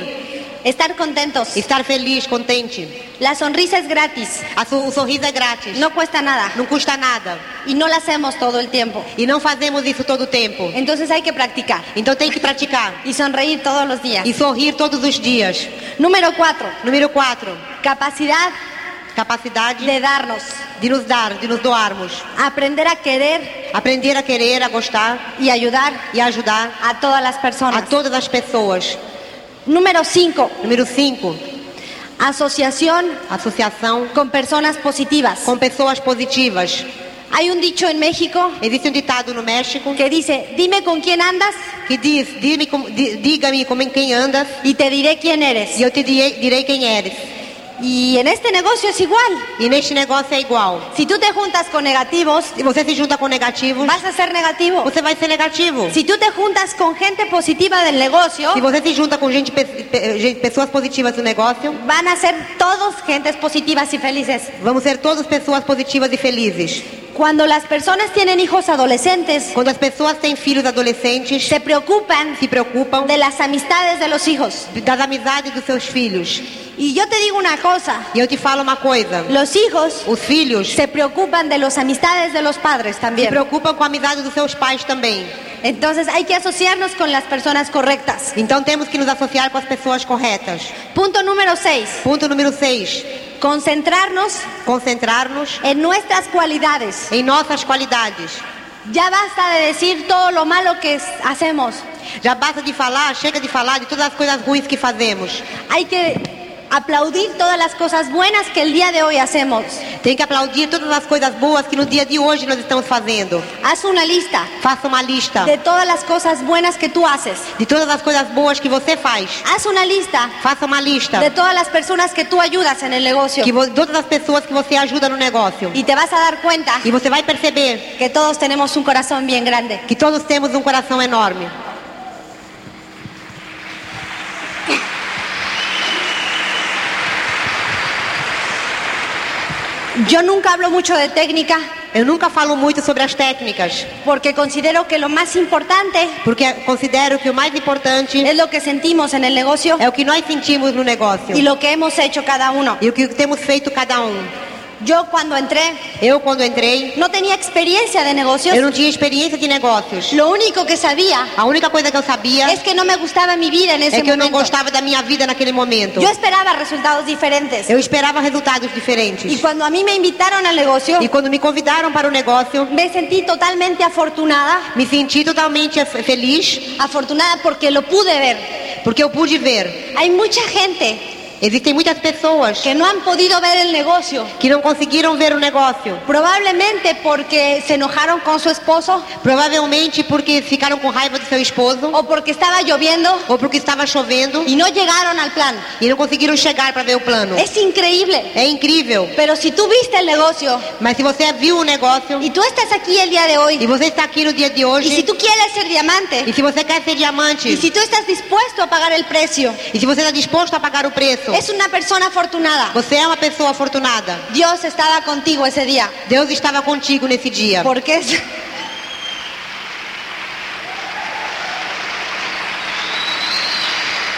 B: estar contentos.
A: estar feliz, contente.
B: La sonrisa es gratis,
A: A su- o sorriso é grátis,
B: no cuesta nada
A: não custa nada.
B: y no la hacemos todo el tiempo.
A: E não fazemos isso todo o tempo.
B: Entonces hay que practicar
A: Então tem que praticar
B: y sonreír todos los días.
A: e sorrir todos os dias.
B: Número cuatro,
A: Número 4,
B: capacidad
A: capacidade
B: de darnos,
A: de nos dar, de nos doarmos.
B: aprender a querer
A: Aprender a querer, a gostar
B: y ayudar
A: e ajudar
B: a todas las
A: a
B: personas.
A: todas as pessoas.
B: Número cinco,
A: Número 5,
B: asociación
A: associação
B: con personas positivas.
A: com pessoas positivas.
B: Hay un dicho en México
A: Existe um ditado no México
B: que dice, dime con quién andas
A: que diz: "Dime como- di- diga-me como em quem andas
B: y te diré quién eres.
A: e eu te direi, direi quem eres.
B: Y en este negocio es igual.
A: E neste negócio é igual.
B: Si tú te juntas con negativos,
A: Se você se junta com negativos,
B: vas a ser negativo.
A: você vai ser negativo.
B: Si tú te juntas con gente positiva del negocio,
A: Se você se junta com gente, pe- pe- gente- pessoas positivas no negócio,
B: van a ser todos gentes positivas y felices.
A: vamos ser todas pessoas positivas e felizes.
B: Cuando las personas tienen hijos adolescentes,
A: Quando as pessoas têm filhos adolescentes,
B: se preocupan
A: se preocupam
B: de las amistades de los hijos.
A: das amizades dos seus filhos.
B: Y yo te digo una cosa,
A: E eu te falo uma coisa:
B: los hijos
A: os filhos se
B: se preocupan de las amistades de los padres también.
A: preocupam com a amizade dos seus pais também.
B: Entonces hay que asociarnos con las personas correctas.
A: Então temos que nos associar com as pessoas corretas.
B: Punto número 6,
A: Ponto número 6.
B: concentrarnos
A: Concentrar-nos
B: en nuestras cualidades.
A: em nossas qualidades.
B: Ya basta de decir todo lo malo que es- hacemos.
A: Já basta de falar, chega de falar de todas as coisas ruins que fazemos.
B: Hay que aplaudir todas las cosas buenas que el día de hoy hacemos.
A: Tem que aplaudir todas as coisas boas que no dia de hoje nós estamos fazendo.
B: Haz una lista
A: Faça uma lista
B: de todas las cosas buenas que tú haces.
A: de todas as coisas boas que você faz.
B: Haz una lista
A: Faça uma lista
B: de todas las personas que tú ayudas en el negocio.
A: que vo- todas as pessoas que você ajuda no negócio.
B: Y te vas a dar cuenta
A: E você vai perceber
B: que todos tenemos un corazón bien grande.
A: que todos temos um coração enorme.
B: Yo nunca hablo mucho de técnica
A: Eu nunca falo muito sobre as técnicas,
B: porque considero que lo más importante
A: porque considero que o mais importante
B: es lo que sentimos en el negocio
A: é o que nós sentimos no negócio
B: y lo que hemos hecho cada uno.
A: e o que temos feito cada um.
B: Yo cuando entré
A: Eu, quando entrei,
B: No tenía experiencia de negocios.
A: eu não tinha experiência de negócios.
B: Lo único que sabía
A: A única coisa que eu sabia
B: es que no me gustaba mi vida en ese
A: é que eu não
B: momento.
A: gostava da minha vida naquele momento.
B: Yo esperaba resultados diferentes.
A: Eu esperava resultados diferentes.
B: Y cuando a mí me invitaron al negocio,
A: E quando me convidaram para o negócio,
B: me sentí totalmente afortunada.
A: me senti totalmente f- feliz
B: Afortunada porque lo pude ver.
A: porque eu pude ver.
B: Hay mucha gente
A: Existem muitas pessoas
B: que no han podido ver el negocio.
A: que não conseguiram ver o negócio.
B: Probablemente porque se enojaron con su esposo
A: Provavelmente porque ficaram com raiva do seu esposo
B: o porque estaba lloviendo
A: ou porque estava chovendo
B: y no llegaron al plan.
A: e não conseguiram chegar para ver o plano.
B: Es increíble.
A: É incrível.
B: Pero si tú viste el negocio
A: Mas se você viu o negócio
B: y tú estás aquí el día de
A: e
B: hoy
A: você está aqui no dia de
B: y
A: hoje
B: si tú quieres ser diamante
A: e se você quer ser diamante
B: y si tú estás dispuesto a pagar el precio,
A: e se você está disposto a pagar o preço,
B: es una persona afortunada.
A: você é uma pessoa afortunada.
B: Dios estaba contigo ese día.
A: Deus estava contigo nesse dia.
B: Porque es...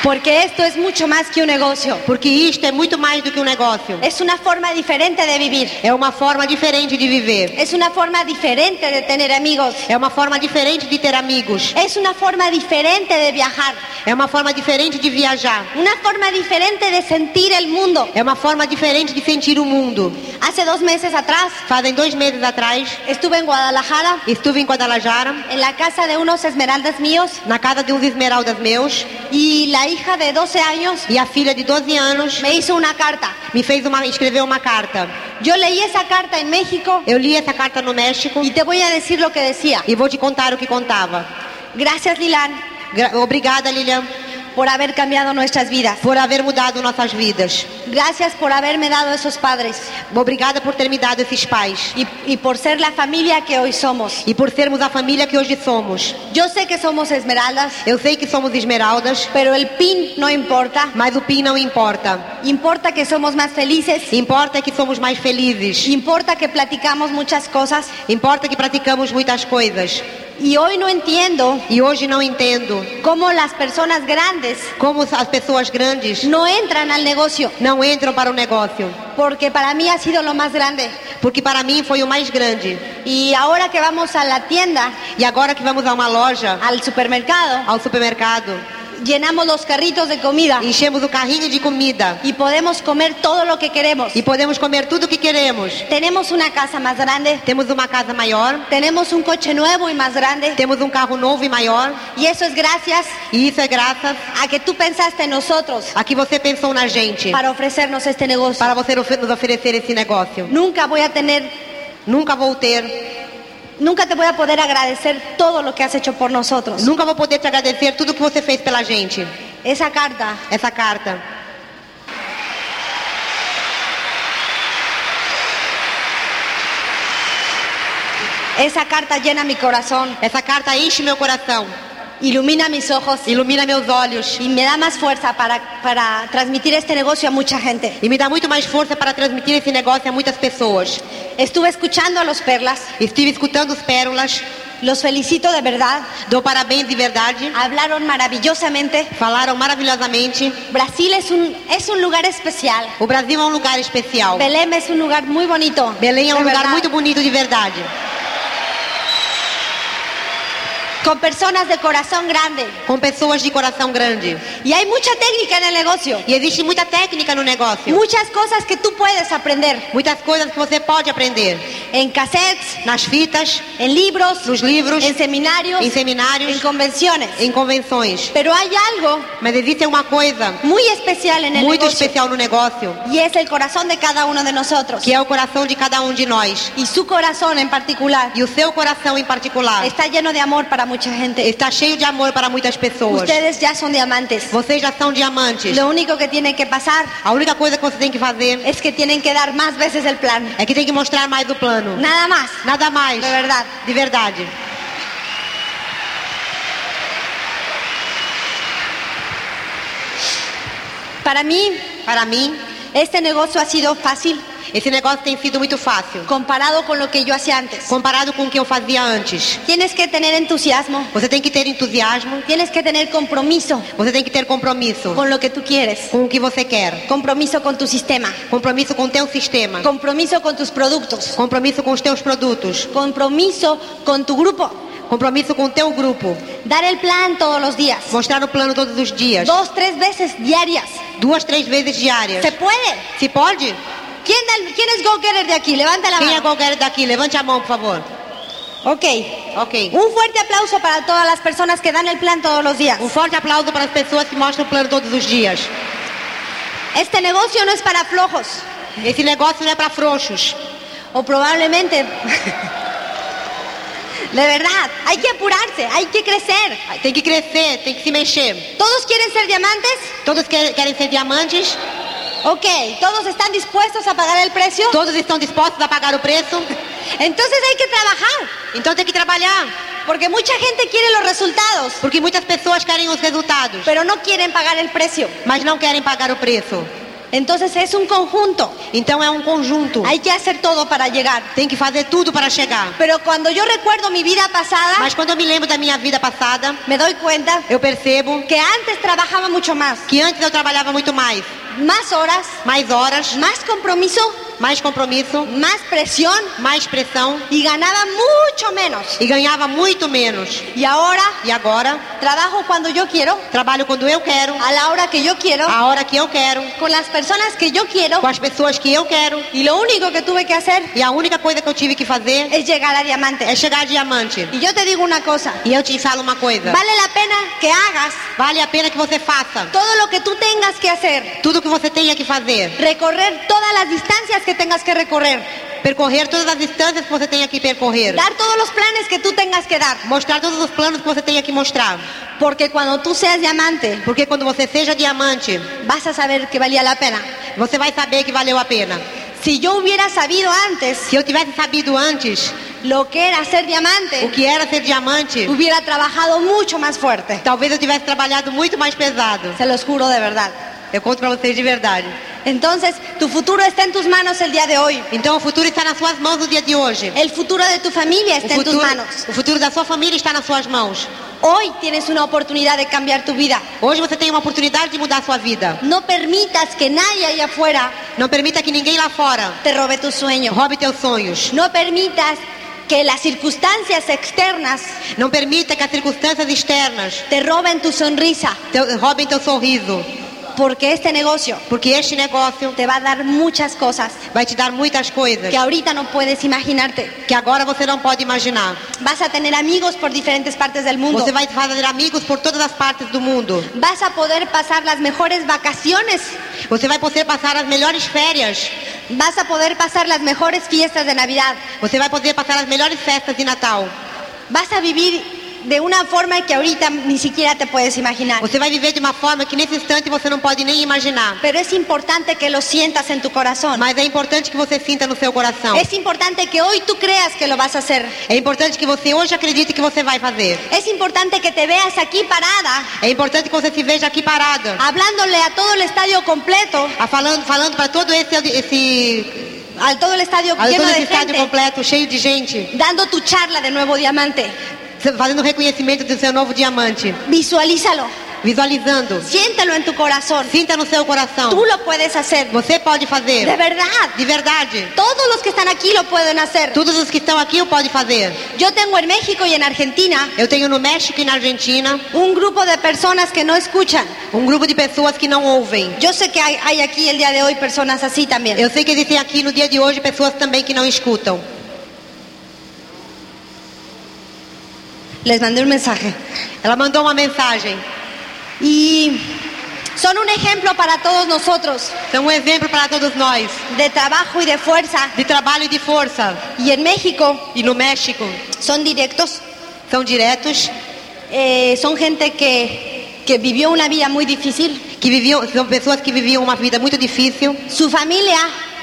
B: Porque esto es mucho más que un negocio.
A: Porque isto é muito mais do que um negócio.
B: Es una forma diferente de vivir.
A: É uma forma diferente de viver.
B: Es una forma diferente de tener amigos.
A: É uma forma diferente de ter amigos.
B: Es una forma diferente de viajar.
A: É uma forma diferente de viajar.
B: Una forma diferente de sentir el mundo.
A: É uma forma diferente de sentir o mundo.
B: Hace dos meses atrás
A: Fazem dois meses atrás,
B: estuve en Guadalajara,
A: estive em Guadalajara,
B: en la casa de unos esmeraldas míos,
A: na casa de uns esmeraldas meus,
B: y la hija de 12 años
A: e a filha de 12 anos
B: me hizo una carta.
A: me fez uma, escreveu uma carta.
B: Yo leí esa carta en México
A: Eu li essa carta no México
B: y te voy a decir lo que decía.
A: e vou te contar o que contava.
B: Gracias, Lilán,
A: Gra- Obrigada, Lilian,
B: por haber cambiado nuestras vidas.
A: por haver mudado nossas vidas.
B: Gracias por haberme dado esos padres
A: Obrigada por ter me dado esses pais
B: y, y por ser la familia que hoy somos.
A: e por sermos a família que hoje somos.
B: Yo sé que somos esmeraldas,
A: Eu sei que somos esmeraldas,
B: pero el pin no importa.
A: mas o PIN não importa.
B: Importa que somos más felices.
A: Importa é que somos mais felizes.
B: Importa que platicamos muchas cosas.
A: Importa que praticamos muitas coisas.
B: Y hoy no entiendo
A: E hoje não entendo
B: cómo las personas grandes
A: como as pessoas grandes
B: no entran al negocio,
A: não entram para o negócio.
B: porque para mí ha sido lo más grande.
A: Porque para mim foi o mais grande.
B: Y ahora que vamos a la tienda,
A: E agora que vamos a uma loja,
B: al supermercado,
A: ao supermercado,
B: llenamos los carritos de comida
A: enchemos o carrinho de comida
B: y podemos comer todo lo que queremos.
A: e podemos comer tudo o que queremos.
B: Tenemos una casa más grande,
A: Temos uma casa maior,
B: tenemos un coche nuevo y más grande.
A: temos um carro novo e maior.
B: Y eso es gracias
A: E isso é graças
B: a que tú pensaste en nosotros
A: a que você pensou na gente
B: para ofrecernos este negocio.
A: para você ofe- nos oferecer esse negócio.
B: Nunca voy a tener,
A: Nunca vou ter,
B: nunca te voy a poder agradecer todo lo que has hecho por nosotros.
A: nunca vou poder te agradecer tudo que você fez pela gente.
B: Esa carta
A: Essa carta
B: Esa carta llena mi corazón,
A: Essa carta enche meu coração,
B: ilumina mis ojos
A: ilumina meus olhos
B: y me da más fuerza para, para transmitir este negocio a mucha gente.
A: e me dá muito mais força para transmitir esse negócio a muitas pessoas.
B: Estuve escuchando a los perlas,
A: Estive escutando os Pérolas,
B: los felicito de verdad,
A: dou parabéns de verdade,
B: hablaron maravillosamente.
A: falaram maravilhosamente.
B: Brasil es un, es un lugar especial.
A: O Brasil é um lugar especial.
B: Belém es un lugar muy bonito.
A: Belém é um
B: de
A: lugar
B: verdad,
A: muito bonito de verdade,
B: Con personas de corazón grande.
A: com pessoas de coração grande.
B: Y hay mucha técnica en el negocio.
A: E existe muita técnica no negócio,
B: Muchas cosas que tú puedes aprender.
A: muitas coisas que você pode aprender
B: En cassettes,
A: nas fitas,
B: en libros,
A: nos livros,
B: en seminarios,
A: em
B: en
A: seminários,
B: convenciones.
A: em convenções.
B: Pero hay algo
A: Mas existe uma coisa
B: muy especial en el
A: muito
B: negocio
A: especial no negócio,
B: y es el corazón de cada uno de nosotros.
A: que é o coração de cada um de nós.
B: Y su corazón en particular
A: E o seu coração em particular
B: está lleno de amor para mucha gente.
A: está cheio de Este amor para muitas pessoas.
B: Ustedes ya son diamantes.
A: Vocês já são diamantes.
B: Lo único que tienen que pasar
A: A única coisa que você tem que fazer
B: es que tienen que dar más veces el plan.
A: é que tem que mostrar mais o plano.
B: Nada más.
A: Nada mais.
B: De verdad.
A: De verdade.
B: Para mí,
A: Para mim,
B: este negocio ha sido fácil
A: esse negócio tem sido muito fácil.
B: comparado con lo que yo hacía antes.
A: Comparado com o que eu fazia antes.
B: Tienes que tener entusiasmo,
A: Você tem que ter entusiasmo.
B: tienes que tener compromiso
A: Você tem que ter compromisso
B: con lo que tú quieres,
A: com o que você quer.
B: compromiso con tu sistema,
A: Compromisso com o teu sistema.
B: compromiso con tus productos,
A: Compromisso com os teus produtos.
B: compromiso con tu grupo.
A: Compromisso com o teu grupo.
B: Dar el plan todos los días.
A: Mostrar o plano todos os dias.
B: Dos, tres veces diarias.
A: Duas, três vezes diárias.
B: ¿Se puede?
A: Se pode?
B: ¿Quién, da- quién es go-getter de aquí? Levanta la
A: Quem é
B: mano.
A: qualquer daqui? Levante a mão, por favor.
B: Ok.
A: Ok.
B: Un fuerte aplauso para todas las personas que dan el plan todos los días.
A: Um forte aplauso para as pessoas que mostram o plano todos os dias.
B: Este negocio no es para flojos.
A: Esse negócio não é para frouxos.
B: O probablemente. De verdad, hay que apurarse, hay que crecer.
A: Tem que crescer, tem que se mexer.
B: ¿Todos quieren ser diamantes?
A: Todos que- querem ser diamantes,
B: Ok, ¿todos están dispuestos a pagar el precio?
A: todos estão dispostos a pagar o preço.
B: Entonces hay que trabajar,
A: Então tem que trabalhar,
B: porque mucha gente quiere los resultados,
A: porque muitas pessoas querem os resultados,
B: pero no quieren pagar el precio.
A: mas não querem pagar o preço.
B: Entonces es un conjunto.
A: Então é um conjunto.
B: Hay que hacer todo para llegar.
A: Tem que fazer tudo para chegar.
B: Pero cuando yo recuerdo mi vida pasada,
A: Mas quando eu me lembro da minha vida passada,
B: me doy cuenta
A: eu percebo
B: que antes trabajaba mucho más.
A: que antes eu trabalhava muito mais.
B: Más horas,
A: Mais horas,
B: más compromiso,
A: mais compromisso,
B: más presión
A: mais pressão
B: y ganaba mucho menos.
A: e ganhava muito menos.
B: Y ahora
A: E agora,
B: trabajo cuando yo quiero,
A: trabalho quando eu quero,
B: a la hora que yo quiero,
A: a hora que eu quero,
B: con las personas que yo quiero.
A: com as pessoas que eu quero.
B: Y lo único que tuve que hacer
A: E a única coisa que eu tive que fazer
B: es llegar a
A: é
B: diamante.
A: chegar a diamante.
B: Y yo te digo una cosa,
A: E eu te falo uma coisa.
B: vale la pena que hagas
A: Vale a pena que você faça
B: todo lo que tú tengas que hacer,
A: tudo o que você tenha que fazer.
B: recorrer todas las distancias que tengas que recorrer,
A: Percorrer todas as distâncias que você tenha que percorrer.
B: dar todos los planes que tú tengas que dar,
A: Mostrar todos os planos que você tenha que mostrar.
B: porque cuando tú seas diamante
A: Porque quando você seja diamante,
B: vas a saber que valía la pena.
A: você vai saber que valeu a pena.
B: Si yo hubiera sabido antes
A: Se eu tivesse sabido antes
B: lo que era ser
A: o
B: diamante,
A: que era ser diamante,
B: hubiera trabajado mucho más fuerte.
A: talvez eu tivesse trabalhado muito mais pesado.
B: Se los juro de verdad.
A: Eu conto pra vocês de verdade.
B: Entonces, tu futuro está en tus manos el día de hoy.
A: Então o futuro está nas suas mãos no dia de hoje.
B: El futuro de tu familia
A: O
B: está en tus
A: futuro,
B: manos.
A: o futuro da sua família está nas suas mãos.
B: Hoy tienes una oportunidad de cambiar tu vida.
A: Hoje você tem uma oportunidade de mudar a sua vida.
B: No permitas que nadie allá afuera
A: Não permita que ninguém lá fora
B: te robe tu sueño.
A: roube teus sonhos.
B: No permitas que las circunstancias externas
A: Não permita que as circunstâncias externas
B: te roben tu sonrisa,
A: teu, roubem teu sorriso.
B: porque este negocio
A: Porque este negócio
B: te va a dar muchas cosas
A: vai te dar muitas coisas
B: que ahorita no puedes imaginarte.
A: que agora você não pode imaginar.
B: Vas a tener amigos por diferentes partes del mundo.
A: Você vai fazer amigos por todas as partes do mundo.
B: Vas a poder pasar las mejores vacaciones.
A: Você vai poder passar as melhores férias.
B: Vas a poder pasar las mejores fiestas de Navidad.
A: Você vai poder passar as melhores festas de Natal.
B: Vas a vivir de una forma que ahorita ni siquiera te puedes imaginar.
A: Você vai viver de uma forma que nesse instante você não pode nem imaginar.
B: Pero es importante que lo sientas en tu corazón.
A: Mas é importante que você sinta no seu coração.
B: Es importante que hoy tú creas que lo vas a hacer.
A: É importante que você hoje acredite que você vai fazer.
B: Es importante que te veas aquí parada,
A: É importante que você se veja aqui parada,
B: hablándole a todo el estadio completo,
A: a Tá falando, falando para todo esse, esse,
B: a todo el estadio
A: a
B: lleno
A: todo esse
B: de
A: estádio
B: gente,
A: completo, cheio de gente,
B: dando tu charla de nuevo diamante.
A: fazendo reconhecimento do seu novo diamante,
B: Visualízalo,
A: visualizando.
B: siéntelo en tu corazón.
A: Sinta no seu coração.
B: Tú lo puedes hacer,
A: Você pode fazer.
B: de verdad.
A: De verdade.
B: Todos los que están aquí lo pueden hacer.
A: Todos os que estão aqui o podem fazer.
B: Yo tengo en México y en Argentina
A: Eu tenho no México e na Argentina
B: un grupo de personas que no escuchan.
A: um grupo de pessoas que não ouvem.
B: Yo sé que hay, hay aquí el día de hoy personas así también.
A: Eu sei que existem aqui no dia de hoje pessoas também que não escutam.
B: Les mandé un mensaje.
A: Ela mandou uma mensagem.
B: Y son un ejemplo para todos nosotros
A: São um exemplo para todos nós
B: de trabajo y de fuerza.
A: de trabalho e de força.
B: Y en México
A: E no México
B: son directos,
A: são diretos,
B: eh, son gente que, que vivió una vida muy difícil.
A: que viviam, são pessoas que viviam uma vida muito difícil.
B: Su familia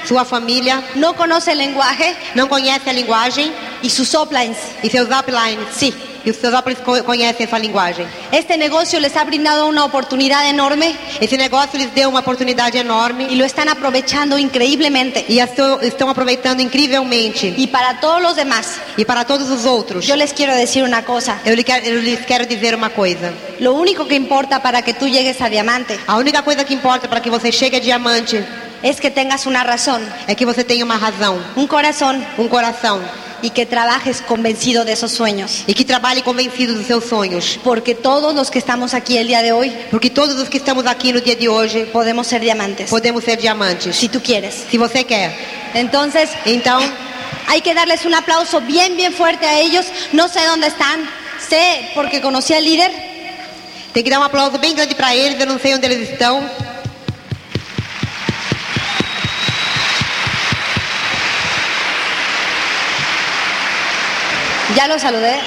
A: Sua família
B: no conoce el lenguaje
A: não conhece a linguagem
B: y sus uplines.
A: e seus uplines, sim, e os seus uplines co- conhecem essa linguagem.
B: Este negocio les ha brindado una oportunidad enorme
A: Esse negócio lhes deu uma oportunidade enorme
B: y lo están aprovechando increíblemente.
A: e estão, estão aproveitando incrivelmente.
B: Y para todos los demás,
A: E para todos os outros,
B: yo les quiero decir una cosa.
A: eu lhe quero- eu lhes quero dizer uma coisa.
B: Lo único que importa para que tú llegues a diamante
A: A única coisa que importa para que você chegue a diamante
B: es que tengas una razón,
A: é que você tenha una razão,
B: un corazón
A: um coração
B: y que trabajes convencido de esos sueños.
A: e que trabalhe convencido dos seus sonhos.
B: Porque todos los que estamos aquí el día de hoy
A: Porque todos os que estamos aqui no dia de hoje
B: podemos ser diamantes,
A: podemos ser diamantes,
B: si tú quieres.
A: se você quer.
B: Entonces,
A: Então,
B: hay que darles un aplauso bien, bien fuerte a ellos. No sé dónde están, sé porque conocí al líder.
A: tem que dar um aplauso bem grande para eles, eu não sei onde eles estão.
B: Ya lo saludé.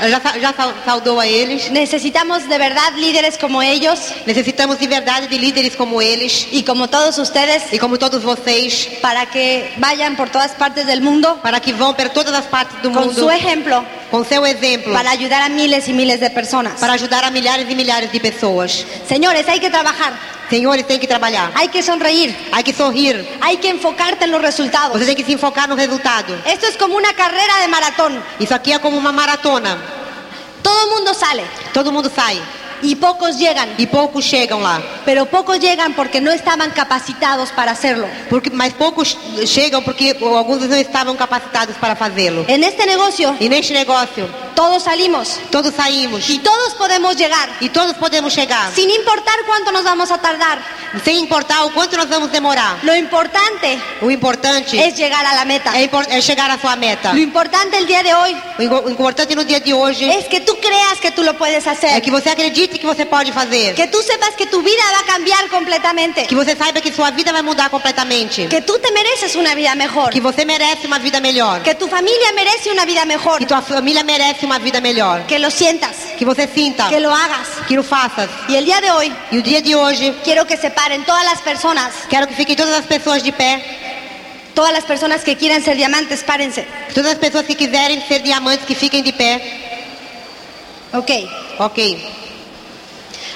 A: Já, sa- já sal- saudou a eles.
B: Necesitamos de verdad líderes como ellos
A: Necessitamos de verdade de líderes como eles
B: y como todos ustedes
A: e como todos vocês
B: para que vayan por todas partes del mundo
A: para que vão para todas as partes do
B: con
A: mundo
B: su ejemplo
A: com seu exemplo
B: para ayudar a miles y miles de personas.
A: para ajudar a milhares e milhares de pessoas.
B: Señores, hay que trabajar,
A: Senhores, tem que trabalhar.
B: hay que sonreír,
A: Há que sorrir.
B: hay que enfocarte en los resultados.
A: Você tem que se enfocar no resultado.
B: Esto es como una carrera de maratón.
A: Isso aqui é como uma maratona.
B: Todo el mundo sale
A: Todo mundo sai
B: y pocos llegan,
A: e poucos chegam lá.
B: pero pocos llegan porque no estaban capacitados para hacerlo.
A: Porque, mas poucos chegam porque alguns não estavam capacitados para fazê-lo.
B: En este negocio
A: E neste negócio,
B: todos salimos
A: todos saímos
B: y todos podemos llegar,
A: e todos podemos chegar.
B: sin importar cuánto nos vamos a tardar.
A: Sem importar o quanto nós vamos demorar.
B: Lo importante
A: O importante
B: es llegar a la meta.
A: é, impor- é chegar à sua meta.
B: Lo importante el día de hoy
A: O ingo- o importante no dia de hoje
B: es que tú creas que tú lo puedes
A: é
B: hacer,
A: que você acredite que você pode fazer.
B: que tú sepas que tu vida va a cambiar completamente,
A: Que você saiba que sua vida vai mudar completamente.
B: que tú te mereces una vida mejor,
A: Que você merece uma vida melhor.
B: que tu familia merece una vida mejor,
A: Que tua família merece uma vida melhor.
B: que lo sientas,
A: Que você sinta.
B: que lo hagas.
A: Que o faças.
B: Y el día de hoy
A: E o dia de hoje,
B: quiero que se paren todas las personas,
A: quero que fiquem todas as pessoas de pé.
B: todas las personas que quieran ser diamantes, párense.
A: Todas as pessoas que quiserem ser diamantes, que fiquem de pé.
B: Ok,
A: Ok.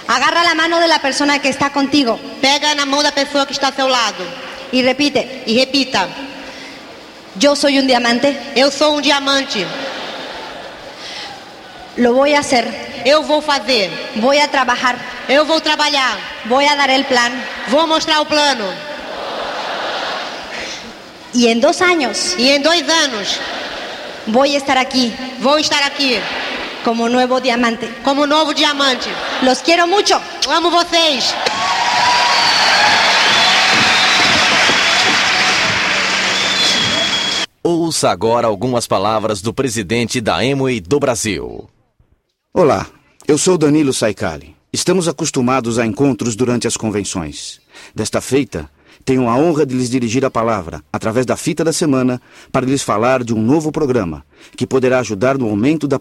B: agarra la mano de la persona que está contigo
A: Pega na mão da pessoa que está ao seu lado.
B: y repite,
A: E repita.
B: yo soy un diamante,
A: Eu sou um diamante.
B: lo voy a hacer,
A: Eu vou fazer.
B: voy a trabajar,
A: Eu vou trabalhar.
B: voy a dar el plan
A: Vou mostrar o plano.
B: y en dos años
A: E em dois anos,
B: voy a estar aquí
A: vou estar aqui
B: como nuevo diamante.
A: como novo diamante.
B: Los quiero mucho.
A: Amo vocês.
C: Ouça agora algumas palavras do presidente da Emoi do Brasil.
D: Olá, eu sou Danilo Saicali. Estamos acostumados a encontros durante as convenções. Desta feita, tenho a honra de lhes dirigir a palavra, através da fita da semana, para lhes falar de um novo programa que poderá ajudar no aumento da